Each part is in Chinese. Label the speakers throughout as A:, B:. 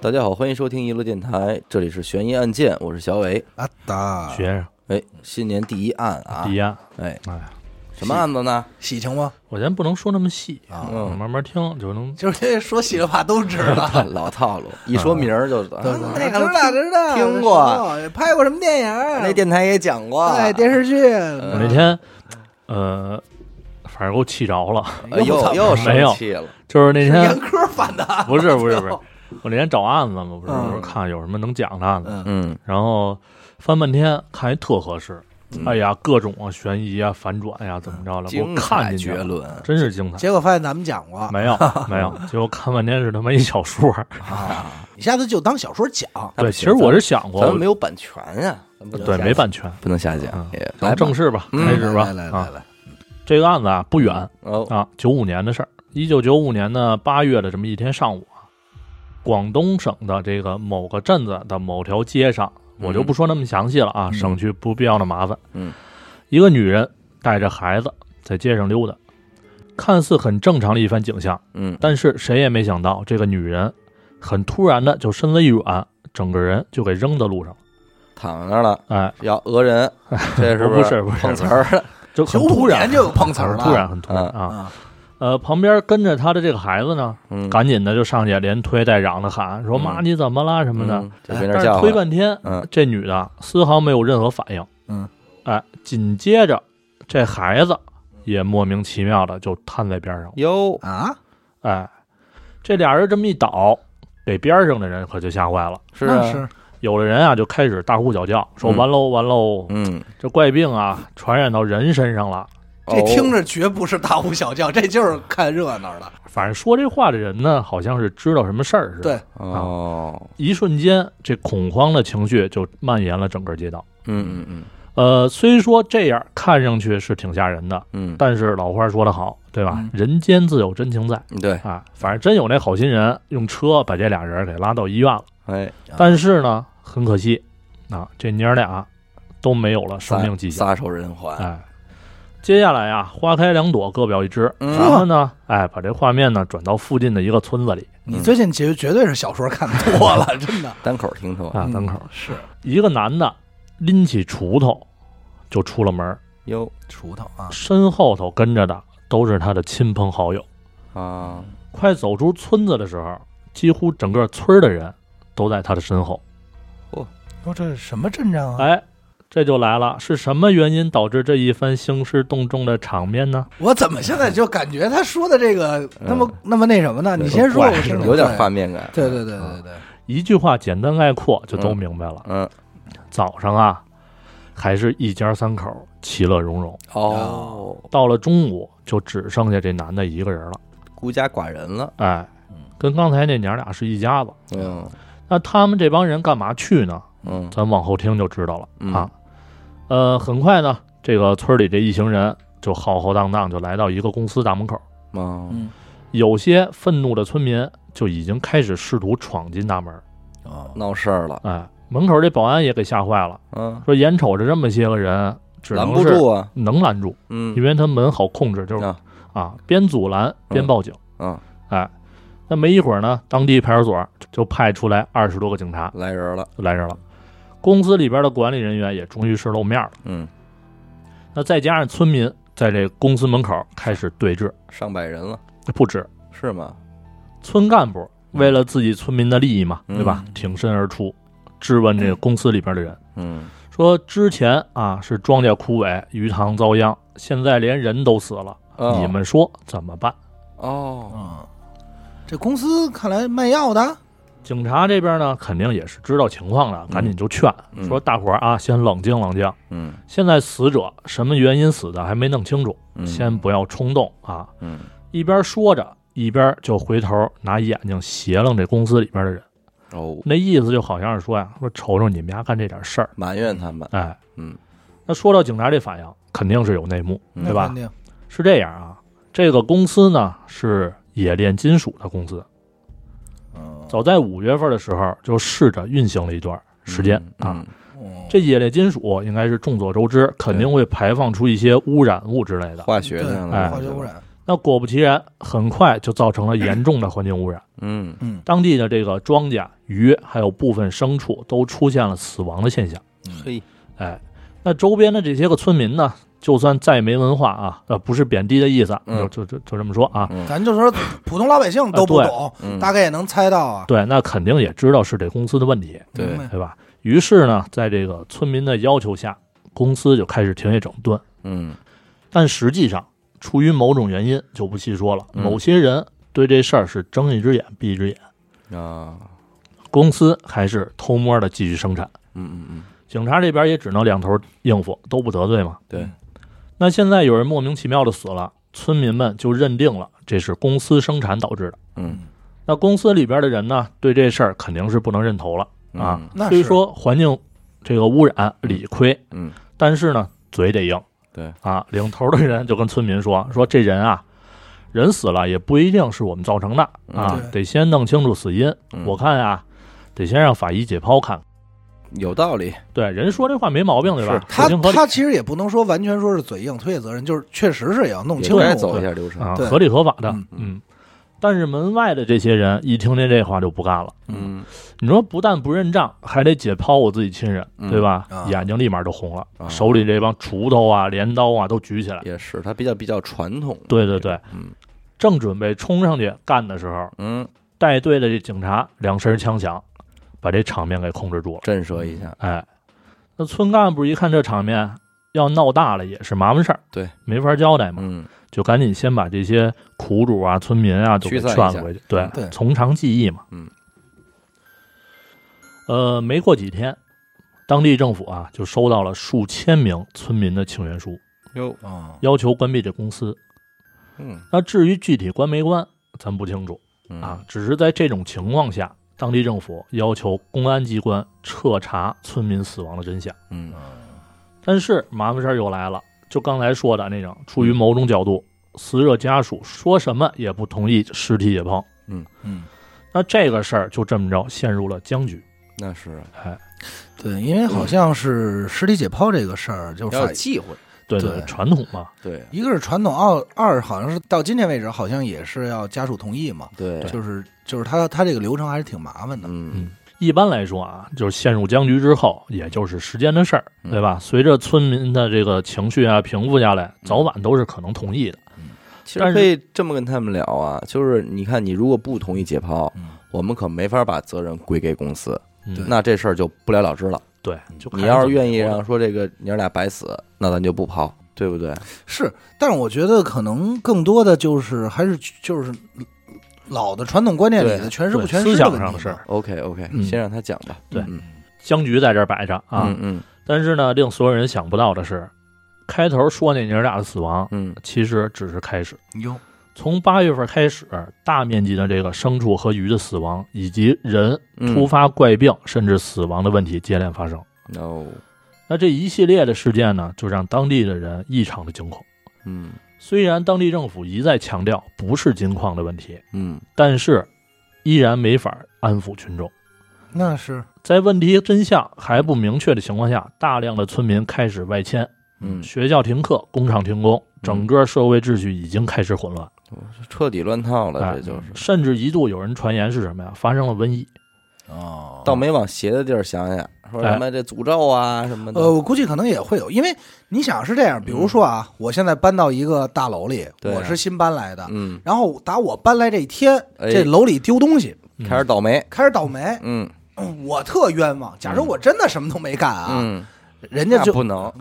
A: 大家好，欢迎收听一路电台，这里是悬疑案件，我是小伟。
B: 啊达，
C: 学生
A: 哎，新年第一案啊，
C: 抵押，
A: 哎，
C: 哎呀，
A: 什么案子呢？
B: 喜 庆吗？
C: 我先不能说那么细
B: 啊
C: 嗯慢慢听就能。
B: 就是这说喜的话都知道，
A: 老套路，
C: 嗯
A: 一说名儿就知道。
B: 对
A: 啊
B: 知道知道，
A: 听过，
B: 拍过什么电影？
A: 那电台也讲过，
B: 哎电视剧，
A: 嗯
C: 我那天，呃，反正给我气 着了，
A: 哎又又生气了，
C: 就是那
B: 严
C: 天
B: 科犯的，
C: 不是不是不是，我那天找案子嘛，不是，
B: 嗯
C: 我说看有什么能讲的案子，
B: 嗯
A: 嗯
C: 然后翻半天，看一特合适，哎呀，各种啊悬疑啊反转呀、怎么着了，给我
A: 精
C: 看
A: 彩
C: 进去
A: 绝
C: 了，
A: 伦，
C: 真是精彩。
B: 结果发现咱们讲过，
C: 没有 没有，结果看半天是他妈一小说。
B: 你下次就当小说讲，
C: 对，其实我是想过
A: 咱，们没有版权呀，咱不能
C: 对
A: 瞎
C: 没版权。
A: 不能瞎讲
C: 嗯，
A: 也来
C: 咱们正
A: 吧
C: 式吧，
A: 嗯
C: 开始吧
B: 来来。来
C: 啊，
B: 来，
C: 这个案子啊不远，
A: 哦，
C: 啊，九五年的事儿。一九九五年的八月的这么一天上午啊，广东省的这个某个镇子的某条街上，我
B: 嗯
C: 就不说那么详细了啊，省去不必要的麻烦。
A: 嗯，
C: 一个女人带着孩子在街上溜达，看似很正常的一番景象，
A: 嗯
C: 但是谁也没想到，这个女人很突然的就身子一软，整个人就给扔在路上了。
A: 躺在那儿了，
C: 哎，
A: 要讹 人，这是
C: 不是不是
A: 碰瓷儿了？
C: 就
B: 九
C: 很突
B: 五
C: 然
B: 年，就有碰瓷儿
C: 很
B: 了，
C: 突然，很突然啊。
B: 啊，
C: 呃，旁边跟着她的这个孩子呢，
A: 嗯，
C: 赶紧的就上去连推带嚷的喊说：“
A: 嗯
C: 妈，你怎么啦？”什么的。
A: 嗯就被那
C: 但
A: 儿
C: 是
A: 叫
C: 推
A: 唤
C: 半天，
A: 嗯
C: 这女的丝毫没有任何反应。
B: 嗯，
C: 哎，紧接着这孩子也莫名其妙的就瘫在边上了。
A: 哟，
B: 啊，
C: 哎，这俩人这么一倒，给边上的人可就吓坏了。
A: 是
B: 那
A: 啊，
B: 是
C: 有的人啊就开始大呼小叫，说：“
A: 嗯
C: 完喽完喽，
A: 嗯，
C: 这怪病啊传染到人身上了。”
B: 这听
A: 着
B: 着绝不是大呼小叫，这就是看热闹的，
C: 反正说这话的人呢，好像是知道什么事儿似的。
B: 对
A: 哦，
C: 一瞬间，这恐慌的情绪就蔓延了整个街道。
A: 嗯嗯嗯
C: 呃，虽说这样看上去是挺吓人的，
A: 嗯，
C: 但是老话说得好，对吧？
B: 嗯哎
C: 人间自有真情在
A: 对，
C: 啊，反正真有那好心人用车把这俩人给拉到医院了。
A: 哎，
B: 啊
C: 但是呢，很可惜啊，这娘儿俩都没有了生命迹象。
A: 撒手人寰，
C: 哎，接下来啊，花开两朵，各表一枝。
A: 嗯
C: 咱们呢，哎，把这画面呢转到附近的一个村子里
B: 你最近绝绝对是小说看多 了，真的
A: 单口听说，
C: 啊，
B: 嗯
C: 门口
B: 是
C: 一个男的拎起锄头就出了门儿，
A: 哟
B: 锄头啊，
C: 身后头跟着的都是他的亲朋好友。
A: 啊，
C: 快走出村子的时候，几乎整个村儿的人都在他的身后。
B: 说哦这是什么阵仗啊？
C: 哎，这就来了，是什么原因导致这一番兴师动众的场面呢？
B: 我怎么现在就感觉他说的这个那么那么那什么呢？啊你先说，
C: 嗯怪
B: 我听听。
A: 有点画面感，
B: 对对
A: 啊
B: 对对对，
C: 一句话简单概括就都明白了。
A: 嗯，
C: 早上啊，还是一家三口其乐融融，
A: 哦，
C: 到了中午就只剩下这男的一个人了。
A: 孤家寡人了，
C: 哎，跟刚才那娘俩是一家子。
A: 嗯
C: 那他们这帮人干嘛去呢？
A: 嗯
C: 咱往后听就知道了、
A: 嗯
C: 啊。呃，很快呢，这个村里这一行人就浩浩荡荡就来到一个公司大门口，
A: 哦，
B: 嗯
C: 有些愤怒的村民就已经开始试图闯进大门。
B: 哦，
A: 闹事儿了，
C: 哎，门口这保安也给吓坏了，
A: 嗯，
C: 说眼瞅着这么些个人，只
A: 拦
C: 能
A: 不
C: 是
A: 住啊，
C: 能拦住，
A: 嗯
C: 因为他门好控制，就是
A: 啊
C: 啊，边阻拦边报警。
A: 嗯，
C: 哎，那没一会儿呢，当地派出所就派出来二十多个警察
A: 来人了，
C: 就来这儿了。公司里边的管理人员也终于是露面了。
A: 嗯，
C: 那再加上村民在这公司门口开始对峙，
A: 上百人了，
C: 不止
A: 是吗？
C: 村干部为了自己村民的利益嘛，
A: 嗯
C: 对吧？挺身而出，质问这个公司里边的人，
A: 嗯，
C: 说之前啊是庄稼枯萎，鱼塘遭殃，现在连人都死了，
A: 哦
C: 你们说怎么办？
A: 哦，
B: 嗯，这公司看来卖药的，
C: 警察这边呢，肯定也是知道情况的，赶紧就劝、
A: 嗯
C: 说：“大伙儿啊，先冷静冷静。
A: 嗯
C: 现在死者什么原因死的还没弄清楚，
A: 嗯，
C: 先不要冲动啊。
A: 嗯，
C: 一边说着，一边就回头拿眼睛斜楞这公司里边的人，
A: 哦，
C: 那意思就好像是说呀，说瞅瞅你们家干这点事儿，
A: 埋怨他们，
C: 哎，
A: 嗯，
C: 那说到警察这反应，肯定是有内幕，
A: 嗯
C: 对
B: 那
C: 吧
B: 肯？定
C: 是这样啊，这个公司呢是冶炼金属的公司，
B: 嗯，
C: 早在五月份的时候就试着运行了一段时间
A: 嗯
C: 啊。，
B: 嗯
C: 这冶炼金属应该是众所周知，肯定会排放出一些污染物之类的。
A: 化学
B: 对
A: 的，
C: 哎
B: 化学污，染，
C: 那果不其然，很快就造成了严重的环境污染，
A: 嗯
B: 嗯，
C: 当地的这个庄稼、鱼还有部分牲畜都出现了死亡的现象。
A: 嘿，
C: 哎，那周边的这些个村民呢，就算再没文化啊，呃，不是贬低的意思啊，
A: 嗯
C: 就就就就这么说啊。
A: 嗯
B: 咱就说普通老百姓都不
C: 啊对
B: 懂，
A: 嗯
B: 大概也能猜到啊。
C: 对，那肯定也知道是这公司的问题，
A: 对
B: 明白
C: 对吧？于是呢，在这个村民的要求下，公司就开始停业整顿。
A: 嗯
C: 但实际上，出于某种原因，就不细说了。
A: 嗯
C: 某些人对这事儿是睁一只眼闭一只眼，
A: 啊，
C: 公司还是偷摸的继续生产。
A: 嗯嗯
C: 警察这边也只能两头应付，都不得罪嘛。
A: 对
C: 嗯。那现在有人莫名其妙的死了，村民们就认定了这是公司生产导致的。
A: 嗯
C: 那公司里边的人呢，对这事儿肯定是不能认头了
A: 嗯
C: 啊。
A: 嗯
B: 那
C: 虽
B: 是
C: 说环境这个污染理亏，
A: 嗯
C: 但是呢，嘴得硬。
A: 对
C: 啊，领头的人就跟村民说：“ 说这人啊，人死了也不一定是我们造成的啊
B: 嗯，
C: 得先弄清楚死因。
A: 嗯
C: 我看啊，得先让法医解剖看看。
A: 有道理，
C: 对，人说这话没毛病，对吧？
B: 他
C: 合情合理
B: 他其实也不能说完全说是嘴硬推卸责任，就是确实是也要弄
A: 也
B: 清楚。
A: 该走一下流程。
C: 啊，
B: 对
C: 合理合法的
B: 嗯，
C: 嗯。但是门外的这些人一听见这话就不干了，
A: 嗯
C: 你说不但不认账，还得解剖我自己亲人，
A: 嗯
C: 对吧？
B: 啊
C: 眼睛立马就红了，
A: 啊
C: 手里这帮锄头啊、镰刀啊都举起来。
A: 也是，他比较比较传统。
C: 对对对，
A: 嗯
C: 正准备冲上去干的时候，
A: 嗯，
C: 带队的这警察两声枪响，把这场面给控制住了。
A: 震慑一下，
C: 哎，那村干部一看这场面要闹大了，也是麻烦事儿，
A: 对，
C: 没法交代嘛。
A: 嗯
C: 就赶紧先把这些苦主啊、村民啊都
A: 驱
C: 给
A: 散一
C: 劝
A: 下
C: 回去，对，
B: 对
C: 从长计议嘛。
A: 嗯，
C: 呃，没过几天，当地政府啊就收到了数千名村民的请愿书，
A: 哟，
B: 啊，
C: 要求关闭这公司。
A: 嗯
C: 那至于具体关没关，咱不清楚
A: 嗯
C: 啊，，只是在这种情况下，当地政府要求公安机关彻查村民死亡的真相。
A: 嗯
C: 但是麻烦事儿又来了，就刚才说的那种，出于某种角度，死者家属说什么也不同意尸体解剖。
B: 嗯，
C: 那这个事儿就这么着陷入了僵局。
A: 那是啊
B: 对，因为好像是尸体解剖这个事儿，就是
A: 嗯要
B: 法
A: 有忌讳，
C: 对
B: 对
C: 对，传统嘛，
A: 对
B: 一个是传统，二二好像是到今天为止，好像也是要家属同意嘛，
A: 对，
B: 就是就是他他这个流程还是挺麻烦的。
A: 嗯
C: 一般来说啊，就是陷入僵局之后，也就是时间的事儿，
A: 嗯
C: 对吧？随着村民的这个情绪啊平复下来，早晚都是可能同意的。
A: 其
C: 但
A: 实
C: 是
A: 可以这么跟他们聊啊，就是你看，你如果不同意解剖，
B: 嗯
A: 我们可没法把责任归给公司，
C: 嗯
B: 对
A: 那这事儿就不了了之了。
C: 对，就看
A: 你要是愿意
C: 怎么
A: 让说这个娘俩白死，那咱就不抛，对不对？
B: 是，但是我觉得可能更多的就是还是就是老的传统观念里的
A: 对
B: 全是不
C: 对
B: 全
C: 思
B: 是
C: 想
B: 问
C: 上
B: 题
C: 的事
B: 嘛
C: 儿
A: OK OK，、
C: 嗯
A: 先让他讲吧。
C: 对
A: 嗯
C: 僵局在这儿摆着啊。
A: 嗯嗯
C: 但是呢，令所有人想不到的是，开头说那娘俩的死亡，
A: 嗯
C: 其实只是开始。
B: 哟，
C: 从八月份开始，大面积的这个牲畜和鱼的死亡，以及人
A: 嗯，
C: 突发怪病、甚至死亡的问题接连发生。
A: no，
C: 那这一系列的事件呢，就让当地的人异常的惊恐。
A: 嗯
C: 虽然当地政府一再强调不是金矿的问题，
A: 嗯
C: 但是依然没法安抚群众。
A: 嗯
B: 那是
C: 在问题真相还不明确的情况下，大量的村民开始外迁，
A: 嗯，
C: 学校停课，工厂停工，整个社会秩序已经开始混乱，
A: 彻底乱套了，
C: 哎
A: 这就是。
C: 甚至一度有人传言是什么呀？发生了瘟疫。
B: 哦
A: 倒没往邪的地儿想想，说什么这诅咒啊什么的。
B: 呃，我估计可能也会有，因为你想是这样，比如说啊，我现在搬到一个大楼里，
A: 嗯对啊
B: 我是新搬来的，
A: 嗯，
B: 然后打我搬来这一天，
A: 哎
B: 这楼里丢东西，
C: 嗯
A: 开始倒霉。
B: 开始倒霉，
A: 嗯
B: 我特冤枉。假如我真的什么都没干啊，
A: 嗯，
B: 人家
A: 那
B: 就
A: 不能，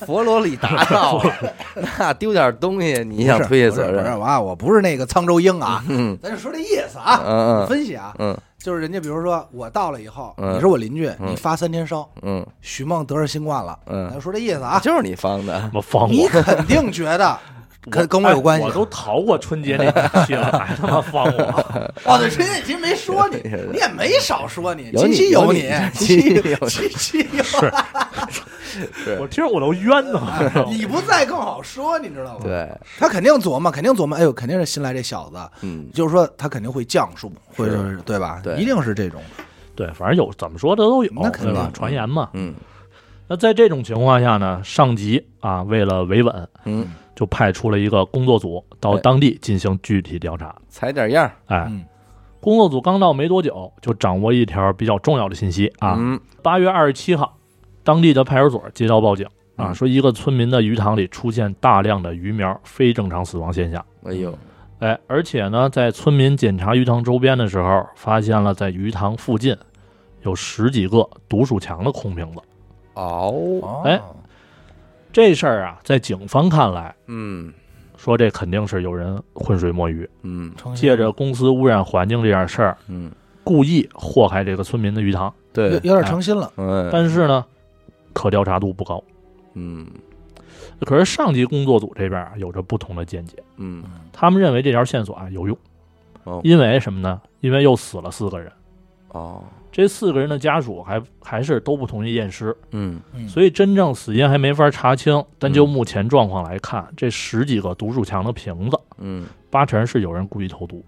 A: 佛罗里达到了， 那丢点东西，你
B: 不
A: 想
B: 是
A: 推卸
B: 不是
A: 责
B: 不是
A: 任？
B: 我啊，我不是那个沧州鹰啊，
A: 嗯
B: 咱就说这意思啊，
A: 嗯嗯
B: 分析啊，
A: 嗯
B: 就是人家比如说我到了以后，
A: 嗯
B: 你是我邻居，
A: 嗯
B: 你发三天烧，
A: 嗯
B: 许梦得上新冠了，咱
A: 嗯
B: 就说这意思啊，
A: 就是你放的
C: 什。么放
B: 你
C: 我？
B: 肯定 觉得跟跟我有关系啊
C: 哎我都逃过春节那一期了，还他妈放我？
B: 哦，对，谁那期没说你，你也没少说你，
A: 哎有
B: 七
A: 你
B: 七
A: 有
B: 你
A: 你，七
B: 七
A: 七有你啊
B: 七七有
C: 我听着我都冤得慌。
B: 你，你不在更好说，你知道吗？
A: 对，
B: 他肯定琢磨，肯定琢磨，哎呦，肯定是新来这小子，
A: 嗯
B: 就是说他肯定会降数，或者是对吧？
A: 对
B: 一定是这种。
C: 对，反正有怎么说的都有，
B: 那肯定
C: 对吧？传言嘛。
A: 嗯
C: 那在这种情况下呢，上级啊为了维稳，
A: 嗯
C: 就派出了一个工作组到
A: 哎
C: 当地进行具体调查。
A: 踩点样儿
C: 哎，
B: 嗯
C: 工作组刚到没多久，就掌握一条比较重要的信息啊，
A: 嗯，
C: 八月二十七号，当地的派出所接到报警啊，
A: 嗯
C: 说一个村民的鱼塘里出现大量的鱼苗非正常死亡现象。
A: 哎呦，
C: 哎，而且呢，在村民检查鱼塘周边的时候，发现了在鱼塘附近有十几个毒鼠强的空瓶子。
A: 哦，
B: 哦
C: 哎这事儿啊，在警方看来，
A: 嗯
C: 说这肯定是有人浑水摸鱼，
A: 嗯
B: 成
C: 借着公司污染环境这件事儿，
A: 嗯，心
C: 故意祸害这个村民的鱼塘。
B: 有
A: 对，
B: 有点成心了，
A: 嗯
C: 但是呢，可调查度不高。
A: 嗯
C: 可是上级工作组这边啊，有着不同的见解。
A: 嗯，
C: 他们认为这条线索啊有用
A: 哦，
C: 因为什么呢？因为又死了四个人，
A: 哦，
C: 这四个人的家属还还是都不同意验尸，
A: 嗯
B: 嗯
C: 所以真正死因还没法查清。但就目前状况来看，这十几个毒鼠强的瓶子，
A: 嗯，
C: 八成是有人故意投毒。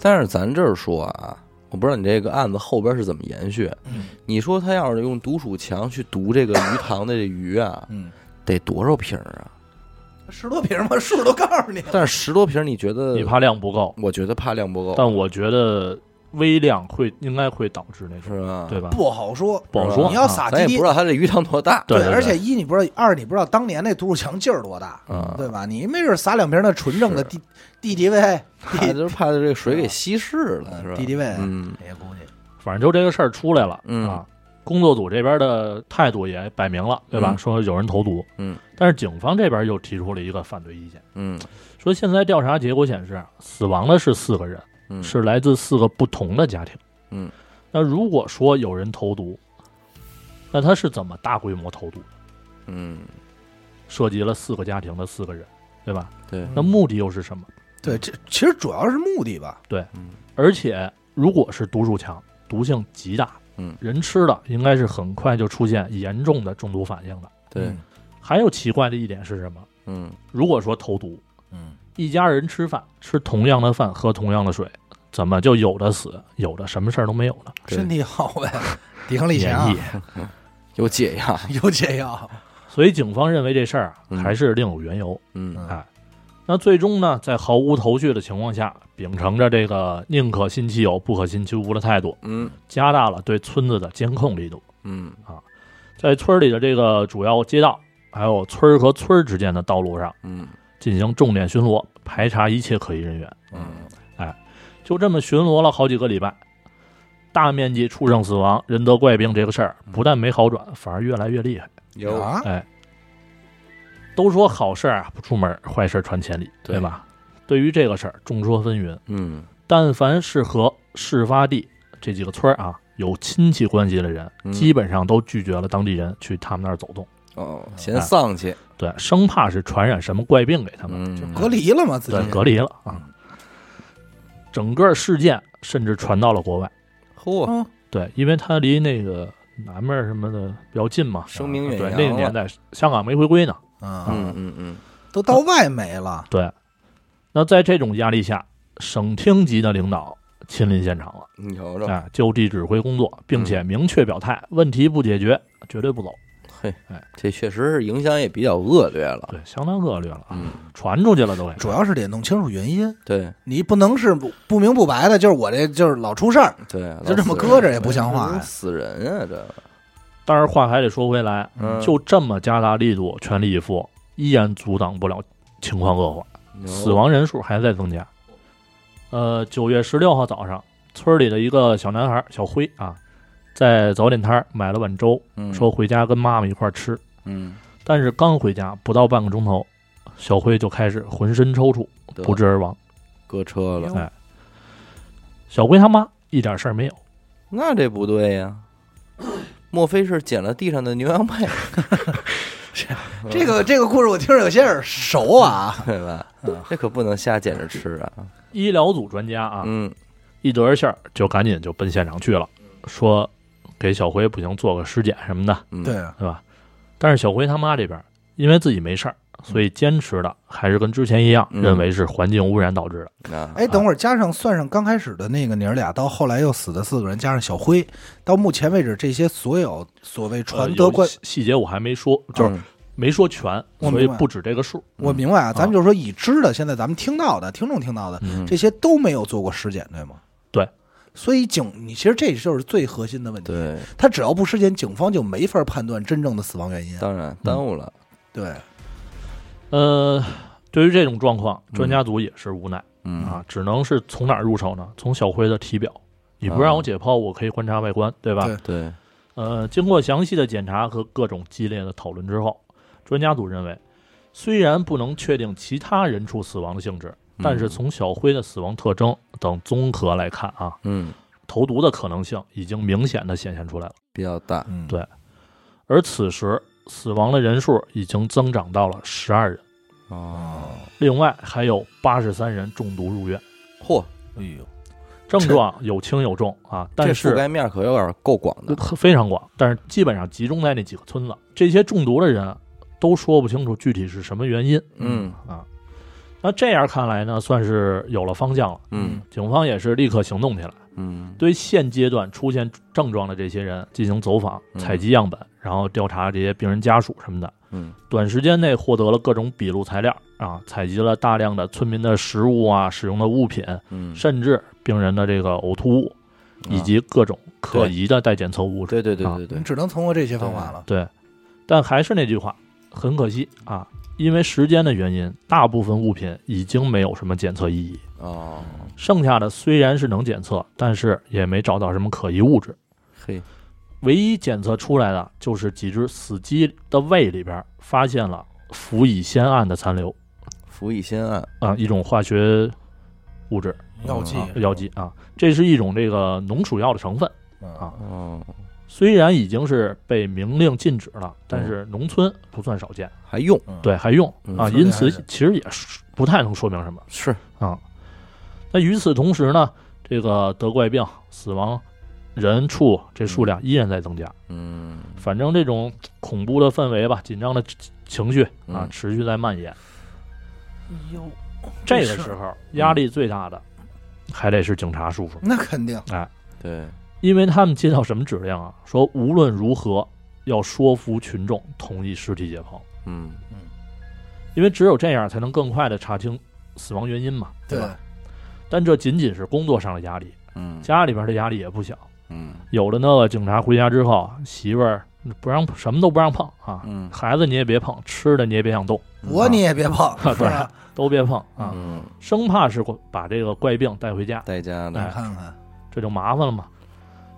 A: 但是咱这儿说啊，我不知道你这个案子后边是怎么延续。
B: 嗯
A: 你说他要是用毒鼠强去毒这个鱼塘的这鱼啊，
B: 嗯，
A: 得多少瓶儿啊？
B: 十多瓶吧，数都告诉你，
A: 但是十多瓶，你觉得
C: 你？怕量不够，
A: 我觉得怕量不够，
C: 但我觉得微量会应该会导致那种，
A: 是吧？
C: 对吧？
B: 不好说。
C: 不好
A: 是吧
C: 说，
B: 你要
C: 啊
B: 撒
A: 咱也
B: 鸡
A: 不知道他这鱼塘多大。
C: 对对对
B: 而且一你不知道，二你不知道当年那毒鼠强劲儿多大，
A: 嗯
B: 对吧？你没准撒两瓶那纯正的 D D D V
A: 怕就是怕这个水给稀释了，是吧？
B: D D V，
A: 嗯
B: 也估计
C: 反正就这个事儿出来了、
A: 嗯
C: 啊，工作组这边的态度也摆明了，对吧？
A: 嗯
C: 说有人投毒，
A: 嗯，
C: 但是警方这边又提出了一个反对意见，
A: 嗯
C: 说现在调查结果显示，死亡的是四个人，
A: 嗯，
C: 是来自四个不同的家庭，
A: 嗯，
C: 那如果说有人投毒，那他是怎么大规模投毒的？
A: 嗯，
C: 涉及了四个家庭的四个人，对吧？
A: 对，
C: 那目的又是什么？
B: 对。这其实主要是目的吧，
A: 嗯
C: 而且如果是毒鼠强，毒性极大，
A: 嗯
C: 人吃了应该是很快就出现严重的中毒反应的。
A: 对，
B: 嗯
C: 还有奇怪的一点是什么？
A: 嗯
C: 如果说投毒，
B: 嗯，
C: 一家人吃饭吃同样的饭，喝同样的水，怎么就有的死，有的什么事儿都没有呢？
A: 对
B: 身体好呗，抵抗力
C: 免
B: 强
C: 疫，。
A: 有解药，
B: 啊有解药，
C: 所以警方认为这事儿啊
A: 嗯
C: 还是另有缘由。
A: 嗯
B: 嗯
C: 哎，那最终呢，在毫无头绪的情况下，秉承着这个宁可信其有，不可信其无的态度，
A: 嗯
C: 加大了对村子的监控力度，
A: 嗯
C: 在村里的这个主要街道，还有村儿和村儿之间的道路上
A: 嗯
C: 进行重点巡逻，排查一切可疑人员。
A: 嗯，
C: 就这么巡逻了好几个礼拜，大面积畜生死亡、人得怪病这个事儿不但没好转，反而越来越厉害。
A: 有
B: 啊，
C: 哎，都说好事儿啊不出门儿，坏事儿传千里，
A: 对
C: 对吧？对于这个事儿，众说纷纭。
A: 嗯
C: 但凡是和事发地这几个村儿啊有亲戚关系的人，
A: 嗯
C: 基本上都拒绝了当地人去他们那儿走动，
A: 哦，嫌丧气，
C: 对，生怕是传染什么怪病给他们，
A: 嗯，
B: 隔离了嘛，自
C: 对，
B: 己
C: 隔离了啊。整个事件甚至传到了国外，
A: 嚯，
B: 嗯
C: 对，因为它离那个南面什么的比较近嘛，
A: 声名远
C: 对，
A: 扬，
C: 那个年，代香港没回归呢，
B: 啊，
A: 嗯嗯嗯，
B: 都到外媒了，
C: 对。那在这种压力下，省厅级的领导亲临现场了。
A: 你瞅瞅，
C: 啊，就地指挥工作，并
A: 嗯
C: 且明确表态，问题不解决，绝对不走。
A: 嘿，这确实是影响也比较恶劣了，
C: 对，相当恶劣了，啊，
A: 嗯，
C: 传出去了都给。
B: 主要是得弄清楚原因，
A: 对
B: 你不能是不不明不白的，就是我这就是老出事儿，
A: 对，
B: 就这么搁着也不像话呀
A: 死人啊这，
C: 但是话还得说回来，
A: 嗯
C: 就这么加大力度，全力以赴，依然阻挡不了情况恶化，
A: 哦
C: 死，亡人数还在增加。呃，九月十六号早上，村里的一个小男孩小辉啊，在早点摊儿买了碗粥，说回家跟妈妈一块儿吃。
A: 嗯，
C: 但是刚回家不到半个钟头，小辉就开始浑身抽搐，不治而亡。
A: 搁车了，
C: 哎，小辉他妈一点事儿没有，
A: 那这不对呀。莫非是捡了地上的牛羊啊配，
B: 这个这个故事我听着有些耳熟啊，
A: 对吧？这可不能瞎捡着吃啊！
C: 医疗组专家啊，
A: 嗯
C: 一得信儿就赶紧就奔现场去了，说给小辉不行做个尸检什么的，
A: 嗯，
B: 对，啊，
C: 对吧？但是小辉他妈这边因为自己没事儿，所以坚持的还是跟之前一样，
A: 嗯
C: 认为是环境污染导致的。
A: 啊，
B: 哎，等会儿加上算上刚开始的那个娘儿俩，到后来又死的四个人，加上小辉，到目前为止这些所有所谓
C: 呃
B: 传
C: 有
B: 德怪
C: 细细节我还没说，就是啊
A: 嗯
C: 没说全，
B: 我
C: 所
B: 明
C: 以
B: 白
C: 不止这个数。
B: 我明白啊，咱
C: 啊
B: 们就说已知的，现在咱们听到的、听众听到的
A: 嗯
B: 这些都没有做过尸检，对吗？
C: 对，
B: 所以警，你其实这就是最核心的问题。
A: 对，
B: 他只要不尸检，警方就没法判断真正的死亡原因。啊
A: 当然耽误了，
B: 对，
C: 呃，对于这种状况，
A: 嗯
C: 专家组也是无奈、
A: 嗯，
C: 啊，只能是从哪儿入手呢？从小辉的体表，你不让我解剖，我可以观察外观，对吧？
B: 对
A: 嗯对，
C: 呃，经过详细的检查和各种激烈的讨论之后，专家组认为，虽然不能确定其他人畜死亡的性质，但
A: 嗯
C: 是从小辉的死亡特征等综合来看啊，
A: 嗯
C: 投毒的可能性已经明显的显现出来了。
A: 比较大，
B: 嗯，
C: 对而此时死亡的人数已经增长到了十二人，
A: 哦，
C: 另外还有八十三人中毒入院，
A: 嚯，
B: 哎呦，
C: 症状有轻有重啊，但
A: 这
C: 是
A: 覆盖面可有点够广的，
C: 非常广，但是基本上集中在那几个村子。这些中毒的人都说不清楚具体是什么原因。
A: 嗯
C: 啊，那这样看来呢，算是有了方向了。
A: 嗯
C: 警方也是立刻行动起来，
A: 嗯，
C: 对现阶段出现症状的这些人进行走访、
A: 嗯
C: 采集样本，然后调查这些病人家属什么的。
A: 嗯
C: 短时间内获得了各种笔录材料啊，采集了大量的村民的食物啊、使用的物品，
A: 嗯，
C: 甚至病人的这个呕吐物，以及各种可疑的待检测物质。
A: 对对对
C: 啊
A: 对对
B: 你，只能通过这些方法了。
C: 对，但还是那句话，很可惜啊，因为时间的原因，大部分物品已经没有什么检测意义，
A: 哦，
C: 剩下的虽然是能检测，但是也没找到什么可疑物质。
A: 嘿，
C: 唯一检测出来的就是几只死鸡的胃里边发现了氟乙酰胺的残留
A: 服以心案，
C: 啊，一种化学物质
B: 药
A: 嗯
B: 剂
C: 啊，药剂啊，这是一种这个农鼠药的成分。
B: 啊
C: 啊
A: 哦，
C: 虽然已经是被明令禁止了，但是农村不算少见。
A: 还用
C: 对，还用
A: 嗯
B: 说
C: 啊，
B: 这
C: 因
B: 还
C: 此
B: 是
C: 其实也是不太能说明什么
A: 是，
C: 啊。那与此同时呢，这个得怪病死亡人畜这数量依然在增加，
A: 嗯
C: 反正这种恐怖的氛围吧，紧张的情绪啊
A: 嗯，
C: 持续在蔓延。
B: 哟，
C: 这个
B: 是嗯
C: 时候压力最大的还得是警察叔叔，
B: 那肯定，
A: 对，
C: 因为他们接到什么指令啊？说无论如何要说服群众同意尸体解剖，
A: 嗯
C: 因为只有这样才能更快的查清死亡原因嘛，
B: 对
C: 吧？但这仅仅是工作上的压力，
A: 嗯
C: 家里边的压力也不小。
A: 嗯
C: 有的那个警察回家之后，媳妇儿不让什么都不让碰啊，
A: 嗯
C: 孩子你也别碰，吃的你也别想动，
B: 我你也别碰，
A: 啊
B: 是吧？
C: 都别碰啊，
A: 嗯，
C: 生怕是把这个怪病带回家，
A: 带家
B: 你
A: 的，
C: 哎
B: 看看，
C: 这就麻烦了嘛。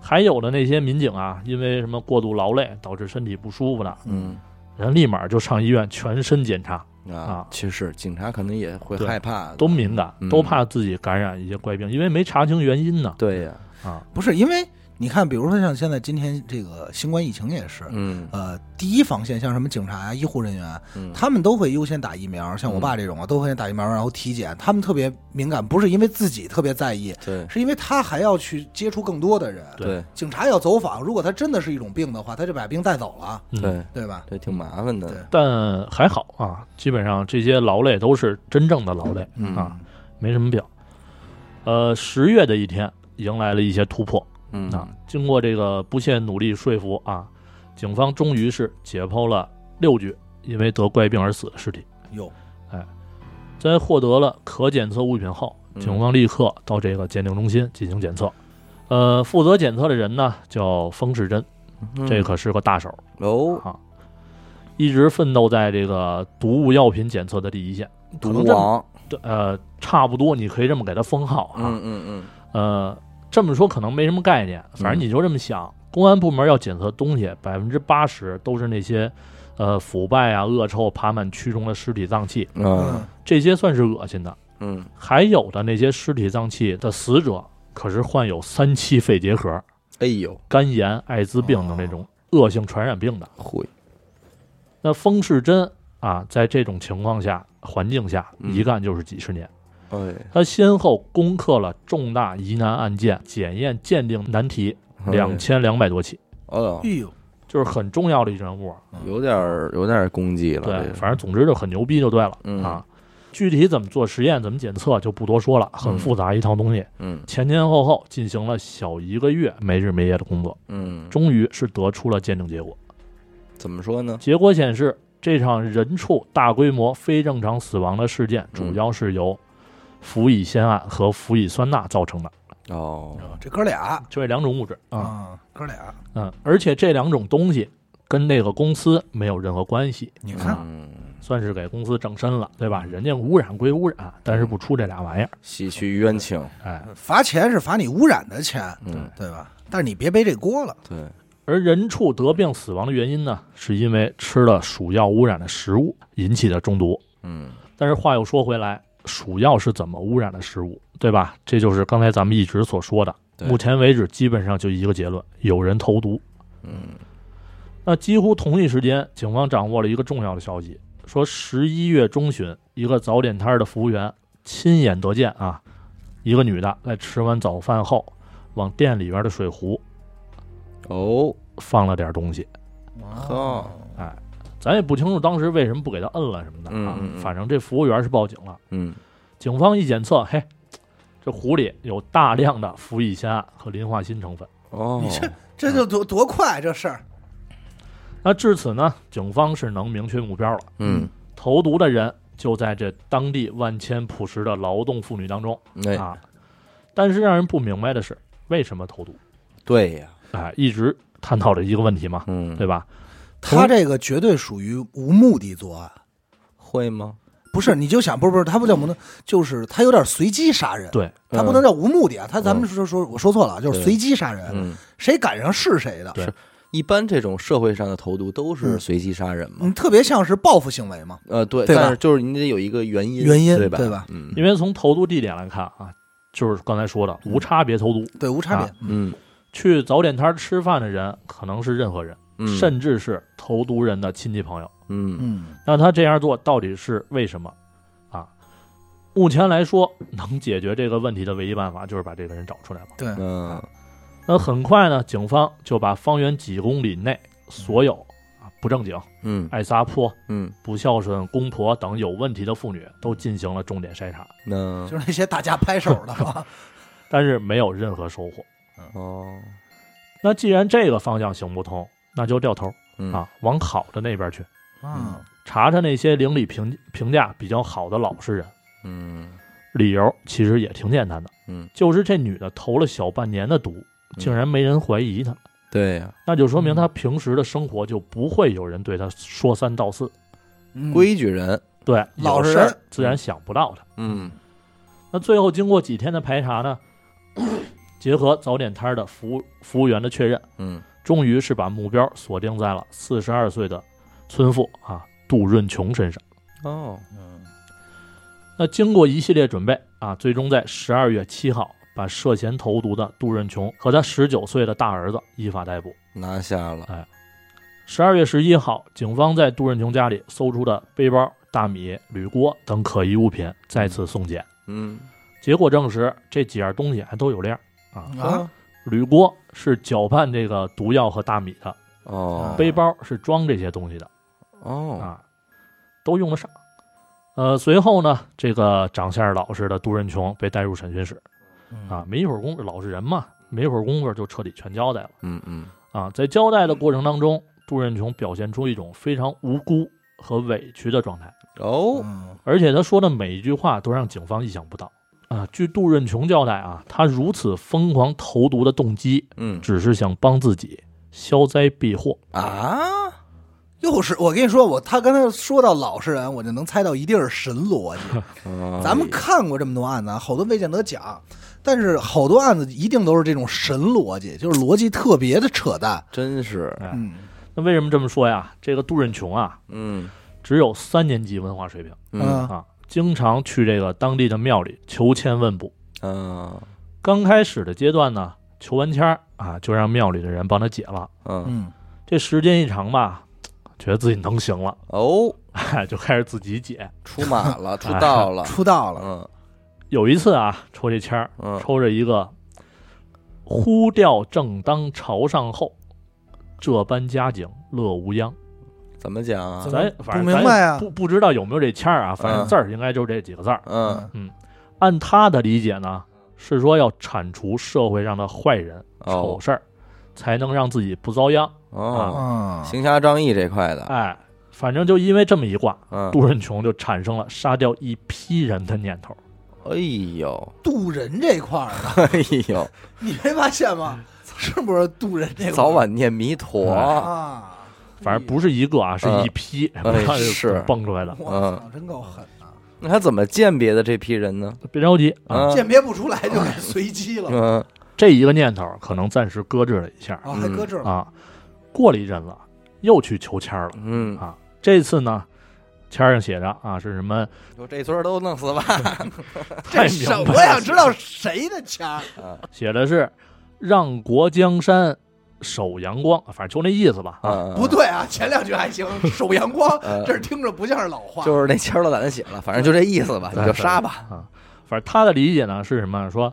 C: 还有的那些民警啊，因为什么过度劳累导致身体不舒服的，
A: 嗯
C: 人立马就上医院全身检查，
A: 啊
C: 啊，
A: 其实警察肯定也会
C: 对
A: 害怕的，
C: 都敏感，
A: 嗯
C: 都怕自己感染一些怪病，因为没查清原因呢
A: 对呀，
C: 啊。
B: 不是因为你看，比如说像现在今天这个新冠疫情也是，
A: 嗯
B: 呃，第一防线像什么警察呀、医护人员，啊
A: 嗯，
B: 他们都会优先打疫苗，像我爸这种啊，都会先打疫苗，然后体检，他们特别敏感，不是因为自己特别在意，
A: 对
B: 是因为他还要去接触更多的人。
A: 对
B: 警察要走访，如果他真的是一种病的话，他就把病带走了，
C: 嗯
A: 对
B: 对吧？
A: 对，挺麻烦的，
B: 对
C: 但还好啊，基本上这些劳累都是真正的劳累，
A: 嗯
C: 啊没什么病。呃，十月的一天，迎来了一些突破
A: 嗯
C: 啊。经过这个不懈努力说服啊，警方终于是解剖了六具因为得怪病而死的尸体。
B: 有
C: 在获得了可检测物品后，
A: 嗯
C: 警方立刻到这个鉴定中心进行检测。呃，负责检测的人呢叫封世珍，
A: 嗯
C: 这可是个大手
A: 哦，
C: 啊，一直奋斗在这个毒物药品检测的第一线。可
A: 毒
C: 能这么
A: 王，
C: 对，呃，差不多，你可以这么给他封号啊。
A: 嗯嗯
C: 呃，这么说可能没什么概念，反正你就这么想。公安部门要检测的东西，百分之八十都是那些，呃，腐败啊、恶臭爬满蛆虫的尸体脏器，
A: 嗯啊
C: 这些算是恶心的。
A: 嗯，
C: 还有的那些尸体脏器的死者，可是患有三期肺结核、
A: 哎呦，
C: 肝炎、艾滋病等这种恶性传染病的。
A: 会，
C: 那风世珍啊，在这种情况下、环境下，
A: 嗯
C: 一干就是几十年。
A: 哎，
C: 他先后攻克了重大疑难案件检验鉴定难题两千两百多起，
A: 哎呦
B: 哎，呦，
C: 哎就是很重要的一人物。
A: 有点儿有点儿攻击了，
C: 对
A: 这，个
C: 反正总之就很牛逼就对了
A: 嗯
C: 啊。具体怎么做实验、怎么检测就不多说了，很复杂一套东西。
A: 嗯
C: 前前后后进行了小一个月没日没夜的工作，
A: 嗯，
C: 终于是得出了鉴定结果。
A: 怎么说呢？
C: 结果显示，这场人畜大规模非正常死亡的事件，主要是由氟乙酰胺和氟乙酸钠造成的，
A: 哦，
B: 这哥俩
C: 就这两种物质啊。
B: 啊，哥俩，
C: 嗯，而且这两种东西跟那个公司没有任何关系，
B: 你看
A: 嗯，
C: 算是给公司正身了，对吧？人家污染归污染，但是不出这俩玩意儿。
A: 洗去冤情，
C: 哎，
B: 罚钱是罚你污染的钱，
A: 嗯，
B: 对吧？但是你别背这锅了，
A: 对，
C: 而人畜得病死亡的原因呢，是因为吃了鼠药污染的食物引起的中毒。
A: 嗯，
C: 但是话又说回来，鼠药是怎么污染的食物，对吧？这就是刚才咱们一直所说的，
A: 对
C: 目前为止基本上就一个结论：有人投毒。
A: 嗯，
C: 那几乎同一时间，警方掌握了一个重要的消息，说十一月中旬，一个早点摊的服务员亲眼得见啊，一个女的在吃完早饭后，往店里边的水壶
A: 哦，
C: 放了点东西。
A: 呵，
C: 咱也不清楚当时为什么不给他摁了什么的啊。
A: 嗯嗯嗯
C: 反正这服务员是报警了。
A: 嗯，
C: 警方一检测，嘿，这壶里有大量的氟乙酰胺和磷化锌成分。
A: 哦，
B: 你这这就多多快这事儿，
C: 那至此呢，警方是能明确目标了。
A: 嗯，
C: 投毒的人就在这当地万千朴实的劳动妇女当中
A: 哎，
C: 啊。但是让人不明白的是，为什么投毒？
A: 对呀，
C: 哎，一直探讨着一个问题嘛，
A: 嗯，
C: 对吧？
B: 他这个绝对属于无目的作案。
A: 会吗？
B: 不是，你就想，不是不是，他不叫无能，就是他有点随机杀人，
C: 对，
B: 他
A: 嗯
B: 不能叫无目的啊。他咱们说说，我说错了啊，就是
A: 对
B: 随机杀人，
A: 嗯，
B: 谁赶上是谁的。
C: 对
A: 一般这种社会上的投毒都是
B: 嗯
A: 随机杀人嘛，
B: 嗯，特别像是报复行为嘛。
A: 呃，对，
B: 对吧
A: 但是就是你得有一个原因，
B: 原因
A: 对吧？
B: 对吧
A: 嗯
C: 因为从投毒地点来看啊，就是刚才说的无差别投毒。
B: 对，无差别
C: 啊。
B: 嗯
A: 嗯
C: 去早点摊儿吃饭的人可能是任何人，
A: 嗯，
C: 甚至是投毒人的亲戚朋友。
A: 嗯
B: 嗯，
C: 那他这样做到底是为什么啊？目前来说，能解决这个问题的唯一办法就是把这个人找出来嘛。
B: 对，
A: 嗯
C: 那很快呢，警方就把方圆几公里内所有啊不正经、
A: 嗯
C: 爱撒泼、
A: 嗯，
C: 不孝顺公婆等有问题的妇女都进行了重点筛查，
A: 那
B: 嗯就是那些大家拍手的嘛。
C: 但是没有任何收获。
A: 哦，
C: 那既然这个方向行不通，那就掉头
A: 嗯
C: 啊，往好的那边去。
B: 嗯，
C: 查查那些邻里评评价比较好的老实人。
A: 嗯
C: 理由其实也挺简单的，
A: 嗯，
C: 就是这女的投了小半年的毒，竟然没人怀疑她，
A: 对呀，
C: 那就
A: 嗯
C: 说明她平时的生活就不会有人对她说三道四。
B: 嗯
A: 规矩人，
C: 对，
B: 老
C: 有
B: 实
C: 事
B: 人
C: 儿自然想不到她。
A: 嗯
C: 那最后经过几天的排查呢，结合早点摊儿的服务服务员的确认，
A: 嗯
C: 终于是把目标锁定在了四十二岁的村妇啊杜润琼身上。
A: 哦，
C: 那经过一系列准备啊，最终在十二月七号把涉嫌投毒的杜润琼和他十九岁的大儿子依法逮捕。
A: 拿下了，
C: 十二月十一号，警方在杜润琼家里搜出的背包、大米、铝锅等可疑物品再次送检，
A: 嗯
C: 结果证实这几样东西还都有链儿啊。
B: 啊，
C: 铝锅是搅拌这个毒药和大米的，
A: 哦
C: 背包是装这些东西的
A: 哦，
C: 啊，都用得上。呃，随后呢，这个长相老实的杜润琼被带入审讯室。
B: 嗯
A: 嗯
C: 啊，没一会儿功夫，老实人嘛，没一会儿功夫就彻底全交代了
A: 嗯嗯
C: 啊。在交代的过程当中，杜润琼表现出一种非常无辜和委屈的状态，
A: 哦，
B: 嗯，
C: 而且他说的每一句话都让警方意想不到啊。据杜润琼交代啊，他如此疯狂投毒的动机，
A: 嗯
C: 只是想帮自己消灾避祸。
A: 啊，
B: 又是我跟你说，我他刚才说到老实人，我就能猜到一定是神逻辑。 咱
A: 哎
B: 们看过这么多案子，啊，好多未见得讲，但是好多案子一定都是这种神逻辑，就是逻辑特别的扯淡。
A: 真是，
C: 哎
B: 嗯
C: 那为什么这么说呀？这个杜润琼啊，
A: 嗯
C: 只有三年级文化水平
A: 嗯
C: 啊，经常去这个当地的庙里求签问卜。
A: 啊
C: 刚开始的阶段呢，求完签儿啊，就让庙里的人帮他解了。
A: 嗯
B: 嗯
C: 这时间一长吧，觉得自己能行了，
A: 哦，
C: 哎，就开始自己解。
A: 出马 了，出道了，
B: 出道了，
A: 嗯
C: 有一次啊，抽这签儿，
A: 嗯，
C: 抽着一个“呼调正当朝上后，这般佳景乐无恙
A: 怎么讲”。啊？
C: 咱
B: 不
C: 反正咱
B: 明白啊
C: 不不知道有没有这签儿啊，反正
A: 嗯
C: 字儿应该就是这几个字儿。
A: 嗯
C: 按他的理解呢，是说要铲除社会上的坏人、
A: 哦
C: 丑事儿，才能让自己不遭殃。
A: 哦，
B: 啊，
A: 行侠仗义这块的，
C: 哎，反正就因为这么一卦，
A: 嗯，
C: 杜润琼就产生了杀掉一批人的念头。
A: 哎呦，
B: 渡人这块儿啊，
A: 哎呦，
B: 你没发现
C: 嗯
B: 吗？是不是渡人这块儿
A: 早晚念弥陀，
B: 啊？
C: 反正不是一个啊，是一批，
A: 嗯哎是
C: 蹦出来的。
B: 我操，
A: 嗯
B: 真够狠啊！
A: 那他怎么鉴别的这批人呢？
C: 别着急啊，
A: 啊，
B: 鉴别不出来就给随机了
A: 嗯，
C: 这一个念头可能暂时搁置了一下
B: 啊，还搁这儿了
C: 啊，过了一阵子又去求签儿了。
A: 嗯，
C: 这次呢，签儿上写着啊是什么？
A: 就这村儿都弄死吧。
C: 太明
B: 什
C: 白
B: 我
C: 了，
B: 想知道谁的签儿
A: 啊
C: 写的是让国江山守阳光，反正就那意思吧。啊，
A: 啊，
B: 不对啊，前两句还行，守阳光
A: 嗯，
B: 这听着不像是老话，
A: 就是那签儿都在那写了，反正就这意思吧，
C: 对
A: 你就杀吧。
B: 嗯
C: 啊，反正他的理解呢是什么？说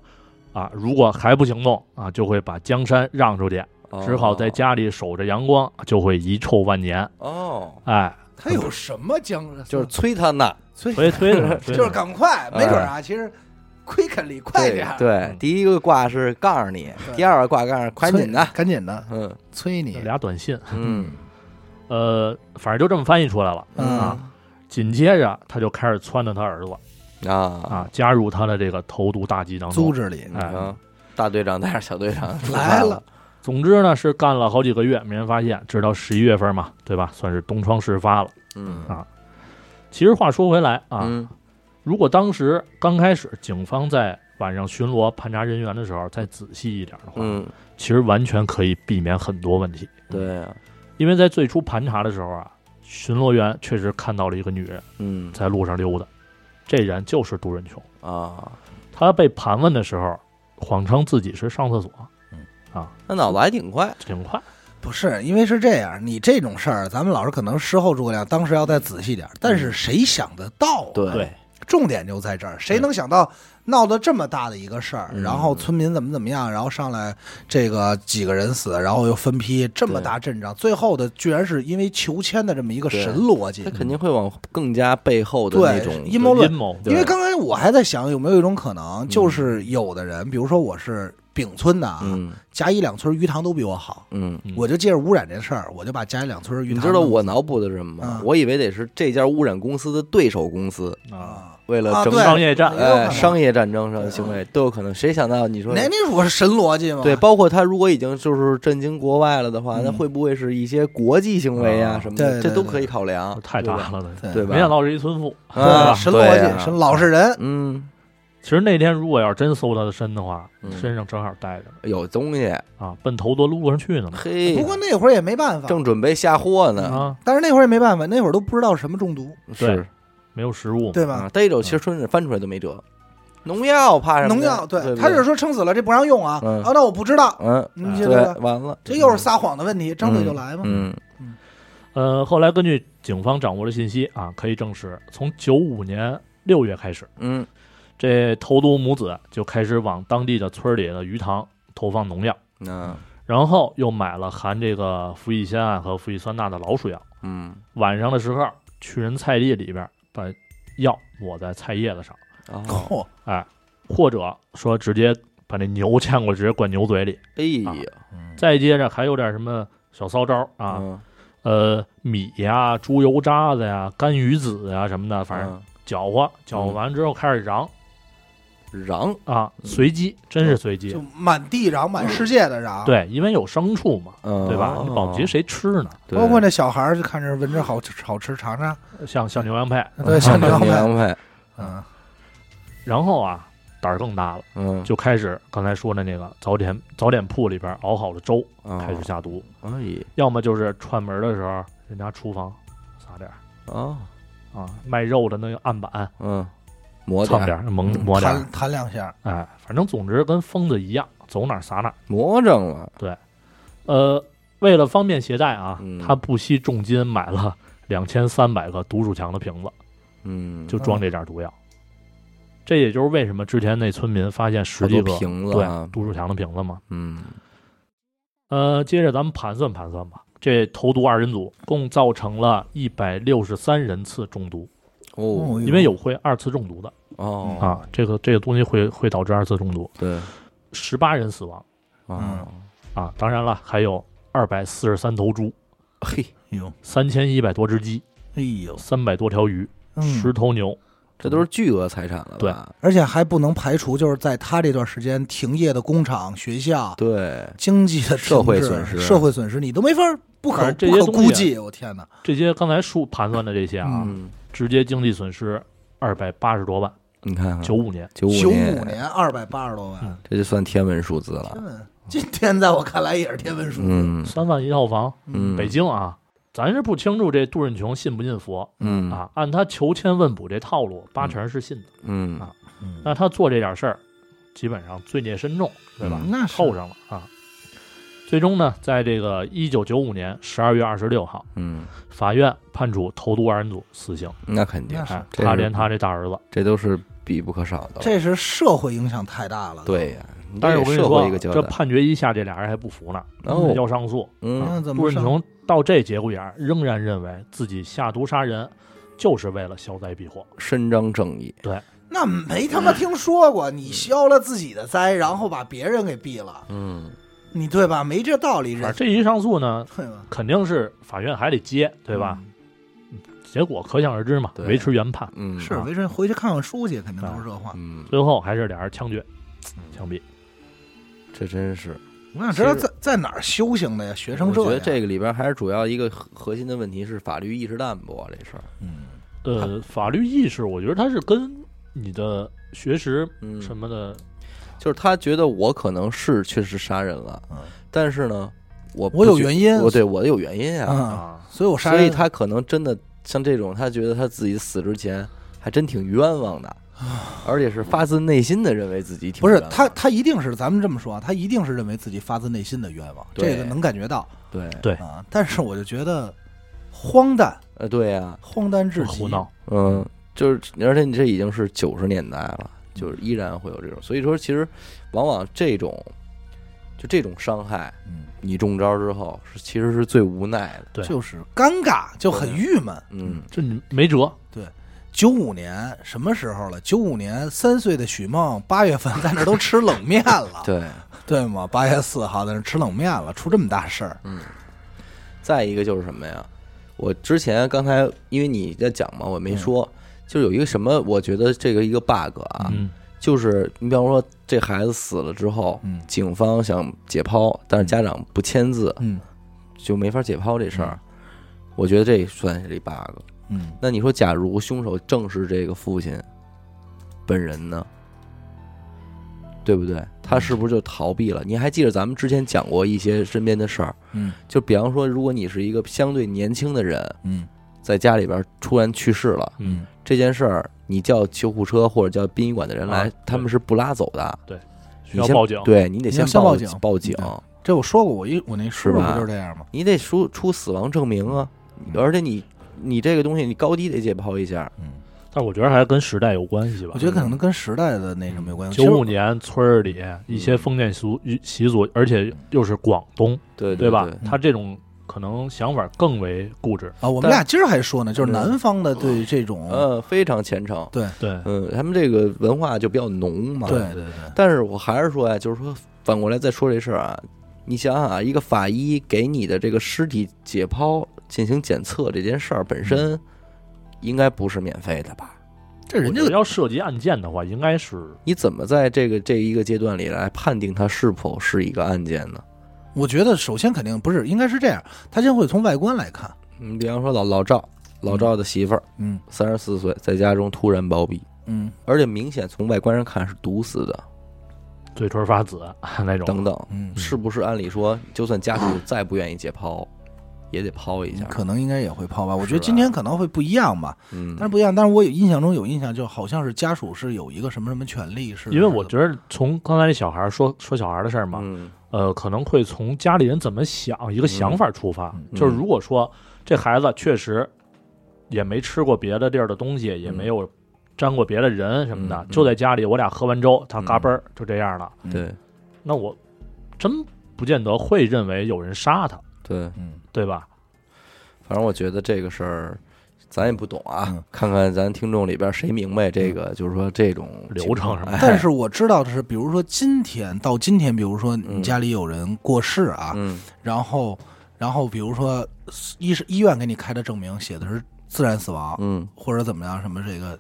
C: 啊，如果还不行动啊，就会把江山让出去，
B: 哦
C: 只好在家里守着阳光，就会遗臭万年。
A: 哦，
C: 哎，
B: 他有什么江山？
A: 就是催他呢，
B: 所以
C: 推 推着呢，推
B: 就是
C: 着呢
B: 赶快，没准儿啊，其实 quickly 快点儿，
A: 对对，
C: 嗯
A: 第一个卦是告诉你，
B: 对
A: 第二个卦告诉你快紧的，
B: 赶紧的，
A: 嗯
B: 催你
C: 这俩短信，
A: 嗯
C: 呃，反正就这么翻译出来了。
B: 嗯
C: 啊紧接着他就开始撺掇他儿子
A: 啊
C: 啊，加入他的这个投毒大
A: 嗯
C: 计当中。
B: 织里
C: 哎
A: 啊！大队长带着小队长
B: 来了，
C: 总之呢，是干了好几个月，没人发现，直到十一月份嘛，对吧？算是东窗事发了。
A: 嗯
C: 其实话说回来啊，
A: 嗯
C: 如果当时刚开始警方在晚上巡逻盘查人员的时候再仔细一点的话，
A: 嗯，
C: 其实完全可以避免很多问题。，
A: 对啊，
C: 因为在最初盘查的时候啊，巡逻员确实看到了一个女人
A: 嗯
C: 在路上溜达，这人就是杜仁琼。
A: 啊，
C: 他被盘问的时候，谎称自己是上厕所，
A: 那脑子还挺快，
C: 挺快。
B: 不是，因为是这样，你这种事儿，咱们老师可能事后诸葛亮当时要再仔细点儿，但
A: 嗯
B: 是谁想得到、啊？，
A: 对
C: 对，
B: 重点就在这儿，谁
C: 对
B: 能想到闹得这么大的一个事儿，
A: 嗯
B: 然后村民怎么怎么样，然后上来这个几个人死，然后又分批这么大阵仗，最后的居然是因为求签的这么一个神逻辑
A: 他。肯定会往更加背后的那
B: 嗯对
A: 种
B: 阴谋论
C: 阴谋，
A: 对
B: 因为刚才我还在想，有没有一种可能，就是有的人，比如说我是丙村的啊，
A: 嗯
B: 甲乙两村鱼塘都比我好，
A: 嗯。
C: 嗯
B: 我就借着污染这事儿，我就把甲乙两村鱼
A: 你
B: 塘
A: 知道我脑补的是什么吗？
B: 嗯
A: 我以为得是这家污染公司的对手公司，
C: 啊，
B: 啊，
A: 为了
B: 啊
A: 争
B: 对
C: 商业战
B: 也有可
A: 哎
B: 能啊
A: 商业战争上的行为都有可能。谁想到你说
B: 那你说是神逻辑吗？
A: 对，包括他如果已经就是震惊国外了的话，
B: 嗯
A: 那会不会是一些国际行为啊
C: 啊
A: 什么
B: 对
A: 的？这
B: 对
A: 都
B: 对
A: 可以考量，
C: 太
A: 对吧
C: 大了呢。
B: 对
A: 对吧？
C: 没想到是一村妇，
B: 对
A: 啊
B: 神
A: 对
B: 逻
A: 呀
B: 辑，是老实人，
A: 嗯，
C: 其实那天如果要是真搜他的身的话，
A: 嗯
C: 身上正好带着呢
A: 有东西，
C: 啊，奔头多路上去呢嘛
A: 嘿，
B: 啊不过那会儿也没办法，
A: 正准备下货呢，
C: 啊，
B: 但是那会儿也没办法，那会儿都不知道什么中毒，
A: 是
C: 没有食物嘛，
B: 对
A: 啊
B: 吧？，嗯
A: 逮着其实顺着翻出来都没辙，农药怕啊什么呀？
B: 农药，
A: 对不对，
B: 他是说撑死了这不让用啊，
A: 嗯
B: 啊，那我不知道，
A: 嗯，
B: 你记
A: 对
B: 得吧？
A: 完了，
B: 这又是撒谎的问题，张嘴就来嘛。
A: 嗯
C: 呃，后来根据警方掌握的信息啊，可以证实，从九五年六月开始，
A: 嗯
C: 这投毒母子就开始往当地的村里的鱼塘投放农药，
A: 那
C: 然后又买了含这个氟乙酰胺和氟乙酸钠的老鼠药。
A: 嗯
C: 晚上的时候，去人菜地里边把药抹在菜叶子上，
A: 哦，
B: 嚯，
C: 或者说直接把那牛牵过，直接灌牛嘴里。
A: 哎呀，
C: 再接着还有点什么小骚招儿啊，
A: 嗯，
C: 呃，米呀、猪油渣子呀、干鱼子呀什
A: 嗯
C: 么的，反正
A: 正
C: 搅和，搅和完之后开始嚷
A: 瓤，
C: 啊，
A: 嗯
C: 随机，真是随机
B: 就。满地嚷，满世界的嚷。，
C: 对，因为有牲畜嘛，
A: 嗯
C: 对吧？你保不齐谁吃呢？
A: 对
B: 包括那小孩儿，就看着闻着好好吃，尝尝，
C: 像像牛羊配，
A: 嗯
B: 对，像这样呗。
A: 娘配，
B: 嗯，
C: 然后啊，胆儿更大了，
A: 嗯，
C: 就开始刚才说的那个早点早点铺里边熬好的粥
A: 啊
C: 开始下毒，
A: 哎呀
C: 要么就是串门的时候，人家厨房撒点儿
A: 啊，
C: 啊，卖肉的那个案板
A: 嗯，抹点
C: 蹭
A: 儿嗯
C: 点儿蒙抹点儿，
B: 弹弹两下，
C: 哎，反正总之跟疯子一样，走哪儿撒哪儿。
A: 魔怔了，
C: 呃，为了方便携带啊，
A: 嗯
C: 他不惜重金买了两千三百个毒鼠强的瓶子，
A: 嗯，
C: 就装这点毒药。这也就是为什么之前那村民发现十
A: 好
C: 几
A: 多
C: 个
A: 瓶子
C: 对
A: 啊，
C: 毒鼠强的瓶子嘛。
A: 嗯
C: 呃，接着咱们盘算盘算吧，这投毒二人组共造成了一百六十三人次中毒，
A: 哦
B: 哦呦
C: 因为有会二次中毒的
A: 哦
C: 啊，这个这个东西会会导致二次中毒，
A: 对
C: 十八人死亡
B: 嗯
A: 啊
C: 啊，当然了，还有二百四十三头猪，
A: 嘿
B: 哟，
C: 三千一百多只鸡，
B: 哎呦，
C: 三百多条鱼，十
B: 嗯，
C: 头牛，
A: 这都是巨额财产了吧？
B: 而且还不能排除就是在他这段时间停业的工厂、学校、
C: 啊
A: 对，
B: 经济的停滞
A: 社会损失
B: 社会损失你都没法儿不可
C: 反正这些
B: 不可
C: 东西
B: 估计。我天哪，
C: 这些刚才数盘算的这些啊，
A: 嗯，
C: 直接经济损失二百八十多万，
A: 你看看
C: 九五年，
A: 九
B: 九
A: 五
B: 五，年二百八十多万，
A: 这就算天文数字了
B: 天。文，今天在我看来也是天文数字。
A: 嗯
C: 三万一套房，
A: 嗯，
C: 北京啊，咱是不清楚这杜润琼信不信佛
A: 嗯
C: 啊，按他求签问卜这套路，八成是信的。
A: 嗯
C: 啊那他做这点事儿，基本上罪孽深重，对吧？
A: 嗯
B: 那
C: 扣上了啊。最终呢，在这个一九九五年十二月二十六号，
A: 嗯，
C: 法院判处投毒二人组死刑。
A: 那肯定
B: 那，是
C: 哎，
A: 这
C: 他
A: 是
C: 连他这大儿子，
A: 这都是必不可少的了。
B: 这是社会影响太大了。，
A: 对呀，你
C: 但是我
A: 这
C: 跟你
A: 社
C: 说
A: 会
C: 啊
A: 一个，交
C: 这
A: 代，
C: 判决一下，这俩人还不服呢，
A: 哦
C: 要上诉。
A: 嗯
B: 那怎
C: 杜
B: 么
C: 润
B: 上？
C: 琼到这节骨眼儿，仍然认为自己下毒杀人就是为了消灾避祸。
B: 嗯
A: 伸张正义，
B: 那没他妈听说过，你消了自己的灾，然后把别人给毙了，
A: 嗯
B: 你对吧？没这道理，
C: 反正
B: 人
C: 这一上诉呢，
B: 对吧？
C: 肯定是法院还得接，对吧？
B: 嗯
C: 结果可想而知嘛，
A: 对
C: 维持原判。
A: 嗯
B: 是，
C: 啊
B: 没事，回去看看书去，肯定都是这话。
A: 嗯，
C: 最后还是俩人枪决，
B: 嗯
C: 枪毙。
A: 这真是。
B: 我想知道
A: 其
B: 在在哪儿修行的呀？学成
A: 我觉
B: 这
A: 得
B: 样，
A: 这个里边还是主要一个核核心的问题是法律意识淡薄啊，这事儿。
B: 嗯
C: 呃，法律意识，我觉得它是跟你的学识
A: 嗯，
C: 什么的，
A: 就是他觉得我可能是确实杀人了，
B: 嗯
A: 但是呢，我
B: 我
A: 不
B: 有
A: 觉
B: 原因
A: 我对我有原因啊，
B: 啊，
C: 啊，
B: 所以我杀
A: 所以
B: 人，
A: 他可能真的像这种，他觉得他自己死之前还真挺冤枉的，而且是发自内心的认为自己挺
B: 啊不是
A: 冤枉
B: 他，他一定是咱们这么说啊，他一定是认为自己发自内心的冤枉，
A: 对
B: 这个能感觉到
A: 对
B: 啊。但是我就觉得荒诞，
A: 呃对呀，
B: 荒诞至极，
C: 胡闹。
A: 嗯，就是而且你这已经是九十年代了，就是依然会有这种，所以说其实往往这种就这种伤害，
B: 嗯，
A: 你中招之后是其实是最无奈的，
C: 对
B: 就是尴尬，就很郁闷。
A: 嗯，
C: 这你没辙，
B: 啊九五年什么时候了？九五年三岁的许梦八月份在那儿都吃冷面 了
A: 对。
B: 对吗？八月四号在那儿吃冷面了，出这么大事儿，
A: 嗯再一个就是什么呀？我之前刚才因为你在讲嘛，我没说，就是有一个什么，我觉得这个一个 bug 啊，
C: 嗯，
A: 就是你比方说这孩子死了之后，
B: 嗯
A: 警方想解剖，但是家长不签字，
B: 嗯
A: 就没法解剖这事儿。我觉得这算是一 bug。
B: 嗯，
A: 那你说，假如凶手正是这个父亲本人呢？对不对？他是不是就逃避了？你还记得咱们之前讲过一些身边的事儿？
B: 嗯，
A: 就比方说，如果你是一个相对年轻的人，
B: 嗯
A: 在家里边突然去世了，
C: 嗯，
A: 这件事儿你叫救护车或者叫殡仪馆的人来，
C: 啊
A: 他们是不拉走的，
C: 需
A: 你
C: 要
A: 先
C: 报警。
A: 对你得
B: 你要先
A: 报
B: 报警嗯
A: 报警，
B: 这我说过，我一我那
A: 是
B: 叔叔
A: 吧
B: 不就是这样吗？
A: 你得出出死亡证明啊，
B: 嗯
A: 而且你你这个东西你高低得解剖一下，
B: 嗯，
C: 但我觉得还跟时代有关系吧。
B: 我觉得可能跟时代的那什么有关系。
C: 九五
B: 其实嗯
C: 年村儿里一些封建俗习俗，而且又是广东，
A: 对
C: 对吧？
A: 对
C: 他这种可能想法更为固执，
B: 啊，我们
A: 但
B: 俩今儿还说呢，就是
A: 嗯
B: 南方的对这种，
A: 呃，非常虔诚，
B: 对
C: 对，
A: 嗯，他们这个文化就比较浓嘛，
B: 对。对对，
A: 但是我还是说呀，啊就是说反过来再说这事儿啊，你想想啊，一个法医给你的这个尸体解剖进行检测这件事儿本
B: 嗯
A: 身，应该不是免费的吧？
B: 这人家
C: 我觉得要涉及案件的话，应该是
A: 你怎么在这个这一个阶段里来判定它是否是一个案件呢？
B: 我觉得首先肯定不是，应该是这样，他先会从外观来看，
A: 你嗯比方说老老赵，老赵的媳妇儿
B: 嗯
A: 三十四岁，在家中突然暴毙，
B: 嗯
A: 而且明显从外观上看是毒死的，
C: 嘴唇发紫啊那种。
A: 等等，
B: 哦嗯，
A: 是不是？按理说，就算家属再不愿意解剖，也得剖一下。
B: 可能应该也会抛吧。我觉
A: 是
B: 得
A: 吧
B: 今天可能会不一样吧，
A: 嗯
B: 但，是不一样。但是我有印象中有印象，就好像是家属是有一个什么什么权利，是
C: 因为我觉得从刚才那小孩儿说说小孩儿的事儿嘛，
A: 嗯，
C: 呃，可能会从家里人怎么想一个想法出发，
B: 嗯
C: 就是如果说这孩子确实也没吃过别的地儿的东西，也没有沾过别的人什么的，
A: 嗯嗯
C: 就在家里我俩喝完粥，他嘎嘣儿就这样了，
B: 嗯
A: 对
C: 那我真不见得会认为有人杀他，
A: 对，
B: 嗯，
C: 对吧？
A: 反正我觉得这个事儿。咱也不懂啊，
B: 嗯
A: 看看咱听众里边谁明白这个，就是说这种
C: 流程什么的
A: 哎
B: 但是我知道的是，比如说今天到今天，比如说
A: 嗯
B: 你家里有人过世啊，
A: 嗯，
B: 然后然后比如说医医院给你开的证明写的是自然死亡，
A: 嗯，
B: 或者怎么样什么这个，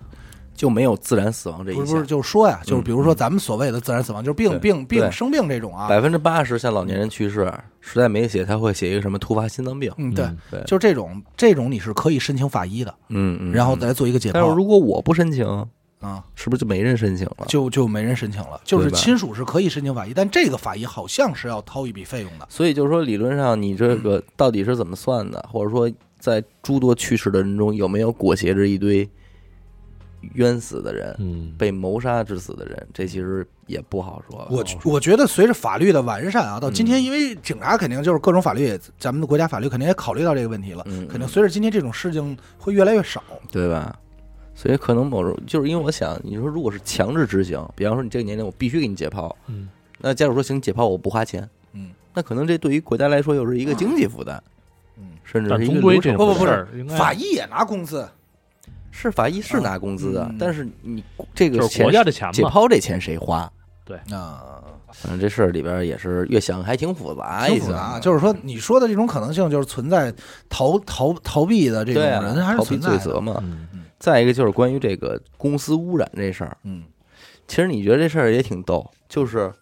A: 就没有自然死亡这
B: 不
A: 一
B: 是不
A: 项
B: 是，，就说呀，就是
A: 嗯
B: 比如说咱们所谓的自然死亡，就是
A: 对
B: 病病
A: 对
B: 病生病这种啊，
A: 百分之八十像老年人去世，实在没写，他会写一个什么突发心脏病，
B: 嗯，对，
C: 嗯
A: 对，
B: 就这种这种你是可以申请法医的，
A: 嗯嗯，
B: 然后
A: 嗯
B: 再做一个解
A: 但是
B: 剖
A: 如果我不申请，
B: 啊，
A: 是不是就没人申请了？
B: 就就没人申请了，就是
A: 对吧
B: 亲属是可以申请法医，但这个法医好像是要掏一笔费用的，
A: 所以就是说，理论上你这个到底是怎么算的，或者说在诸多去世的人中，有没有裹挟着一堆冤死的人、
C: 嗯，
A: 被谋杀致死的人？这其实也不好说。
B: 我觉我觉得随着法律的完善啊，到今
A: 嗯
B: 天，因为警察肯定就是各种法律也，咱们的国家法律肯定也考虑到这个问题了，
A: 嗯，
B: 肯定随着今天这种事情会越来越少。
A: 对吧？所以可能某种就是因为我想，你说如果是强制执行，比方说你这个年龄我必须给你解剖，
C: 嗯，
A: 那家属说行，解剖我不花钱，
B: 嗯，
A: 那可能这对于国家来说又是一个经济负担，
B: 嗯，
A: 甚至
C: 但
A: 是一
C: 终
A: 个
C: 归
A: 流
C: 这
A: 程
B: 不
A: 负
B: 不
C: 种
A: 担
B: 不
C: 事
B: 是
C: 儿，应该
B: 法医也拿工资，
A: 是法医是拿工资的，
B: 嗯
A: 但是你这个
C: 就是
A: 钱
C: 国家的钱
A: 解
C: 嘛，
A: 剖这钱谁花？嗯
B: 啊，
A: 反正这事儿里边也是越想还挺复杂一
B: 挺
A: 些
B: 复杂。啊就是说，你说的这种可能性，就是存在逃逃逃避的这种
A: 对啊，
B: 人还是
A: 逃避
B: 存
A: 罪
B: 在的。
A: 责嘛。
C: 嗯
A: 再一个就是关于这个公司污染这事儿，
B: 嗯
A: 其实你觉得这事儿也挺逗，就是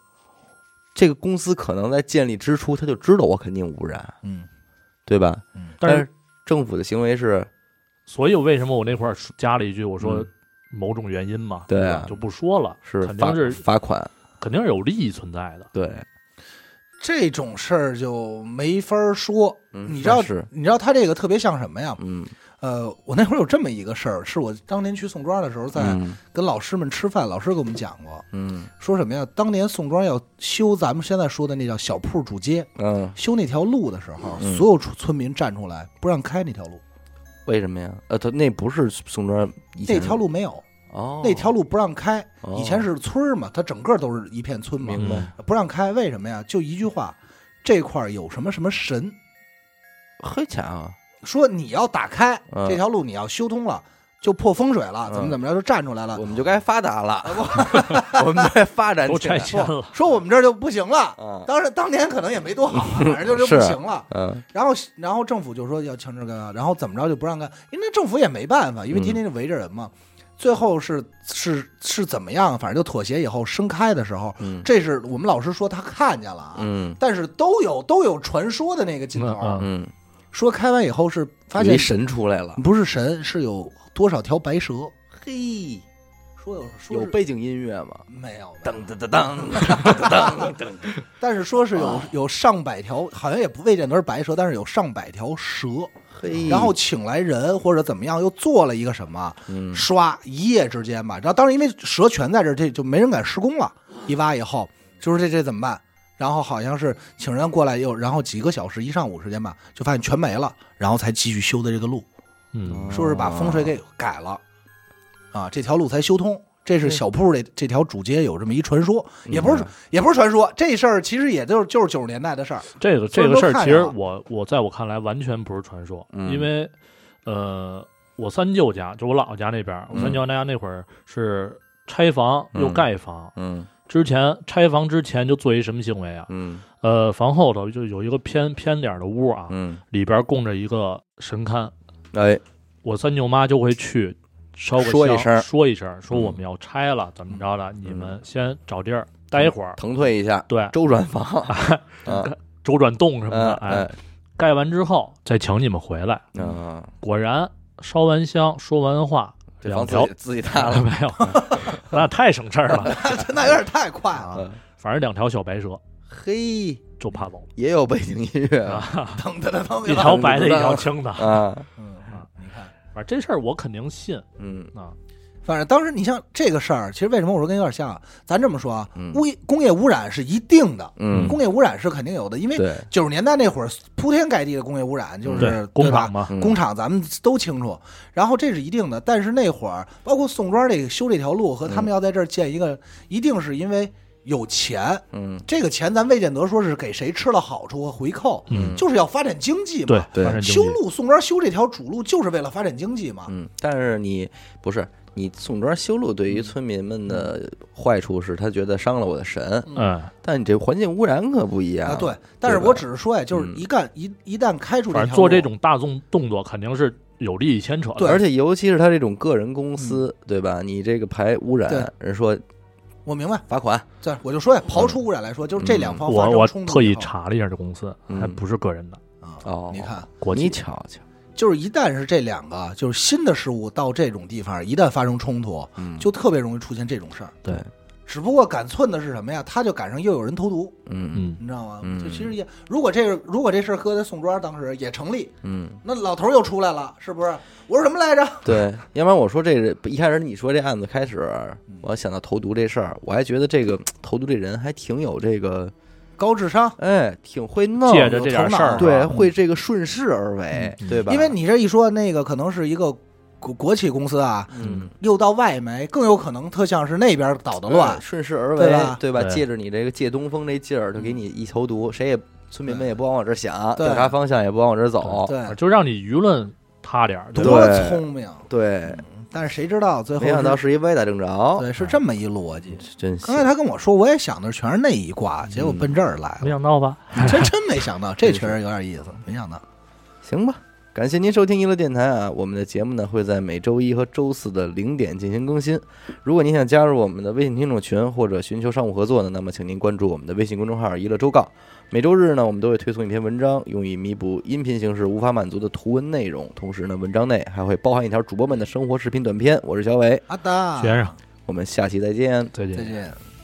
A: 这个公司可能在建立之初他就知道我肯定污染，
B: 嗯
A: 对吧？
B: 嗯，
A: 但
C: 但是
A: 是政府的行为是，
C: 所以为什么我那块儿加了一句，我说
A: 嗯
C: 某种原因嘛，
A: 对啊
C: 吧？就不说了，
A: 是
C: 肯
A: 罚
C: 定是
A: 罚款，
C: 肯定是有利益存在的，
A: 对，
B: 这种事儿就没法儿说。
A: 嗯
B: 你知道
A: 那是，
B: 你知道他这个特别像什么呀？
A: 嗯，
B: 呃，我那会儿有这么一个事儿，是我当年去宋庄的时候，在
A: 嗯
B: 跟老师们吃饭，老师给我们讲过，
A: 嗯
B: 说什么呀？当年宋庄要修咱们现在说的那叫小铺主街，
A: 嗯，
B: 修那条路的时候，
A: 嗯
B: 所有村村民站出来不让开那条路，
A: 为什么呀？呃，他那不是宋庄以前
B: 那条路没有，
A: 哦，
B: 那条路不让开。
A: 哦
B: 以前是村儿嘛，它整个都是一片村嘛，
A: 明白
C: 嗯
B: 不让开，为什么呀？就一句话，这块儿有什么什么神，
A: 黑钱啊，
B: 说你要打开
A: 嗯
B: 这条路，你要修通了，就破风水了，怎么
A: 嗯
B: 怎么着就站出来了
A: 我，们就该发达了， 我们该发展
C: 都
A: 起来
C: 拆迁了，嗯
B: 说我们这儿就不行了。
A: 啊，
B: 当时当年可能也没多好啊，反正就是
A: 是
B: 不行了。
A: 嗯
B: 然后，然后政府就说要强制干嘛，然后怎么着就不让干，因为那政府也没办
A: 嗯
B: 法，因为天天就围着人嘛。最后是是是怎么样？反正就妥协以后升开的时候，
A: 嗯
B: 这是我们老师说他看见了啊，
A: 嗯
B: 但是都有都有传说的那个劲头，啊
C: 嗯
A: 嗯，
B: 说开完以后是发
A: 有一
B: 现
A: 神出来了，
B: 不是神，是有多少条白蛇，
A: 嘿，
B: 说有说
A: 有
B: 是
A: 背景音乐吗？
B: 没有？没有
A: 噔噔噔噔噔噔噔噔，
B: 但是说是有有上百条，好像也不未见得是白蛇，但是有上百条蛇，
A: 嘿，
B: 然后请来人或者怎么样，又做了一个什么。
A: 嗯
B: 刷一夜之间吧。然后当时因为蛇全在这儿，这就没人敢施工了。一挖以后，就是这这怎么办？然后好像是请人过来又，然后几个小时一上午时间吧，就发现全没了，然后才继续修的这个路，
A: 哦
C: 嗯，
B: 说是把风水给改了，啊，这条路才修通。这是小铺这这条主街有这么一传说，也不是
A: 嗯
B: 也不是传说，这事儿其实也就是就是九十年代的事儿。
C: 这个
B: 所以都
C: 这个事儿，
B: 看
C: 其
B: 见
C: 实
B: 了
C: 我我在我看来完全不是传说，
A: 嗯
C: 因为呃，我三舅家就我姥姥家那边儿，我三舅家那会儿是拆房又
A: 嗯
C: 盖房，
A: 嗯
C: 之前拆房之前就做一什么行为啊？
A: 嗯
C: 呃，房后头就有一个偏偏点儿的屋啊，
A: 嗯，
C: 里边儿供着一个神龛，
A: 哎，
C: 我三舅妈就会去烧个
A: 说一
C: 香
A: 声嗯
C: 说一声，说我们要拆了，怎么着的，你们先找地儿待一会儿，
A: 腾退一下，
C: 对，
A: 嗯周转房， 啊
C: 周转洞什么的，哎，
A: 哎
C: 盖完之后再请你们回来。
A: 啊，
C: 果然烧完香，说完话，
A: 这房
C: 两
A: 自
C: 条
A: 己自己塌了，
C: 没有， 那太省事儿了。
B: 那有点太快了，
C: 啊，反正两条小白蛇
A: 嘿，
C: 就怕走，
A: 也有背景音乐啊
B: 腾腾腾腾
C: 一条白
A: 嗯
C: 的，一条青的。
A: 啊，
B: 嗯，你看，
C: 反正这事儿我肯定信
A: 嗯
C: 啊。
B: 反正当时你像这个事儿，其实为什么我说跟有点像啊？咱这么说啊
A: 嗯，
B: 污工业污染是一定的，
A: 嗯，
B: 工业污染是肯定有的，因为
A: 对，
B: 九十年代那会儿铺天盖地的工业污染，就是
C: 对，工厂
B: 吧
C: 嘛，
A: 嗯
B: 工厂咱们都清楚，然后这是一定的。但是那会儿，包括宋庄这个修这条路和他们要在这儿建一个，一定是因为有钱，
A: 嗯
B: 这个钱咱未见得说是给谁吃了好处和回扣，
C: 嗯
B: 就是要发展经济
C: 对
B: 嘛。
A: 对
C: 发展经济
B: 修路宋庄修这条主路就是为了发展经济嘛。
A: 嗯，但是你不是你宋庄修路对于村民们的坏处是他觉得伤了我的神，
C: 嗯，
A: 但你这环境污染可不一样
B: 啊，对，但是
A: 对吧
B: 我只是说呀，就是
A: 嗯
B: 一干一一旦开出这
C: 反
B: 条路
C: 正做这种大动动作肯定是有利益牵扯
B: 对嗯
C: 的。
A: 而且尤其是他这种个人公司，对吧？你这个排污染，人说
B: 我明白，
A: 罚款，
B: 这我就说呀，刨除污染来说，就是这两方发
C: 我
B: 生
C: 我
B: 冲突以后
C: 特意查了一下这公司，
A: 嗯
C: 还不是个人的，
B: 啊
A: 哦
B: 你看，
C: 国
A: 你
C: 际
A: 瞧瞧，
B: 就是一旦是这两个，就是新的事物到这种地方，一旦发生冲突，
A: 嗯，
B: 就特别容易出现这种事儿。
A: 对，
B: 只不过赶寸的是什么呀？他就赶上又有人投毒，
A: 嗯
C: 嗯，
B: 你知道吗
A: 嗯？
B: 就其实也，如果这如果这事儿搁在宋庄当时也成立，
A: 嗯，
B: 那老头儿又出来了，是不是？我说什么来着？
A: 对，要不然我说这个一开始你说这案子开始，
B: 嗯
A: 我想到投毒这事儿，我还觉得这个投毒这人还挺有这个，
B: 高智商，
A: 哎，挺会弄，
C: 借着这点事儿，
A: 对，
C: 嗯
A: 会这个顺势而为，
C: 嗯
A: 对吧？
B: 因为你这一说，那个可能是一个国国企公司啊，
A: 嗯。
B: 又到外媒，更有可能特像是那边捣的乱
A: 对。顺势而为，
B: 对吧
A: 对吧？
C: 对
A: 借着你这个借东风这劲儿，就给你一头毒，谁也村民们
B: 对
A: 也不往我这儿想，
B: 对
A: 调查方向也不往我这儿走，
B: 对，
C: 就让你舆论塌点儿，对吧
B: 多聪明！
A: 对，
B: 但是谁知道最后
A: 没想到
B: 是
A: 是一歪打正着，
B: 对是这么一逻辑。
A: 真行
B: 嗯刚才他跟我说，我也想的全是那一卦，结果
A: 嗯
B: 奔这儿来
C: 没
B: 了，
C: 想到吧？
B: 真真没 想到，这确实有点意思，没想到。
A: 行吧。感谢您收听娱乐电台啊！我们的节目呢会在每周一和周四的零点进行更新。如果您想加入我们的微信听众群或者寻求商务合作呢，那么请您关注我们的微信公众号“娱乐周告”。每周日呢，我们都会推送一篇文章，用以弥补音频形式无法满足的图文内容。同时呢，文章内还会包含一条主播们的生活视频短片。我是小伟，
B: 阿达，
C: 学生，
A: 啊我们下期再见。
C: 再见
B: 再。见。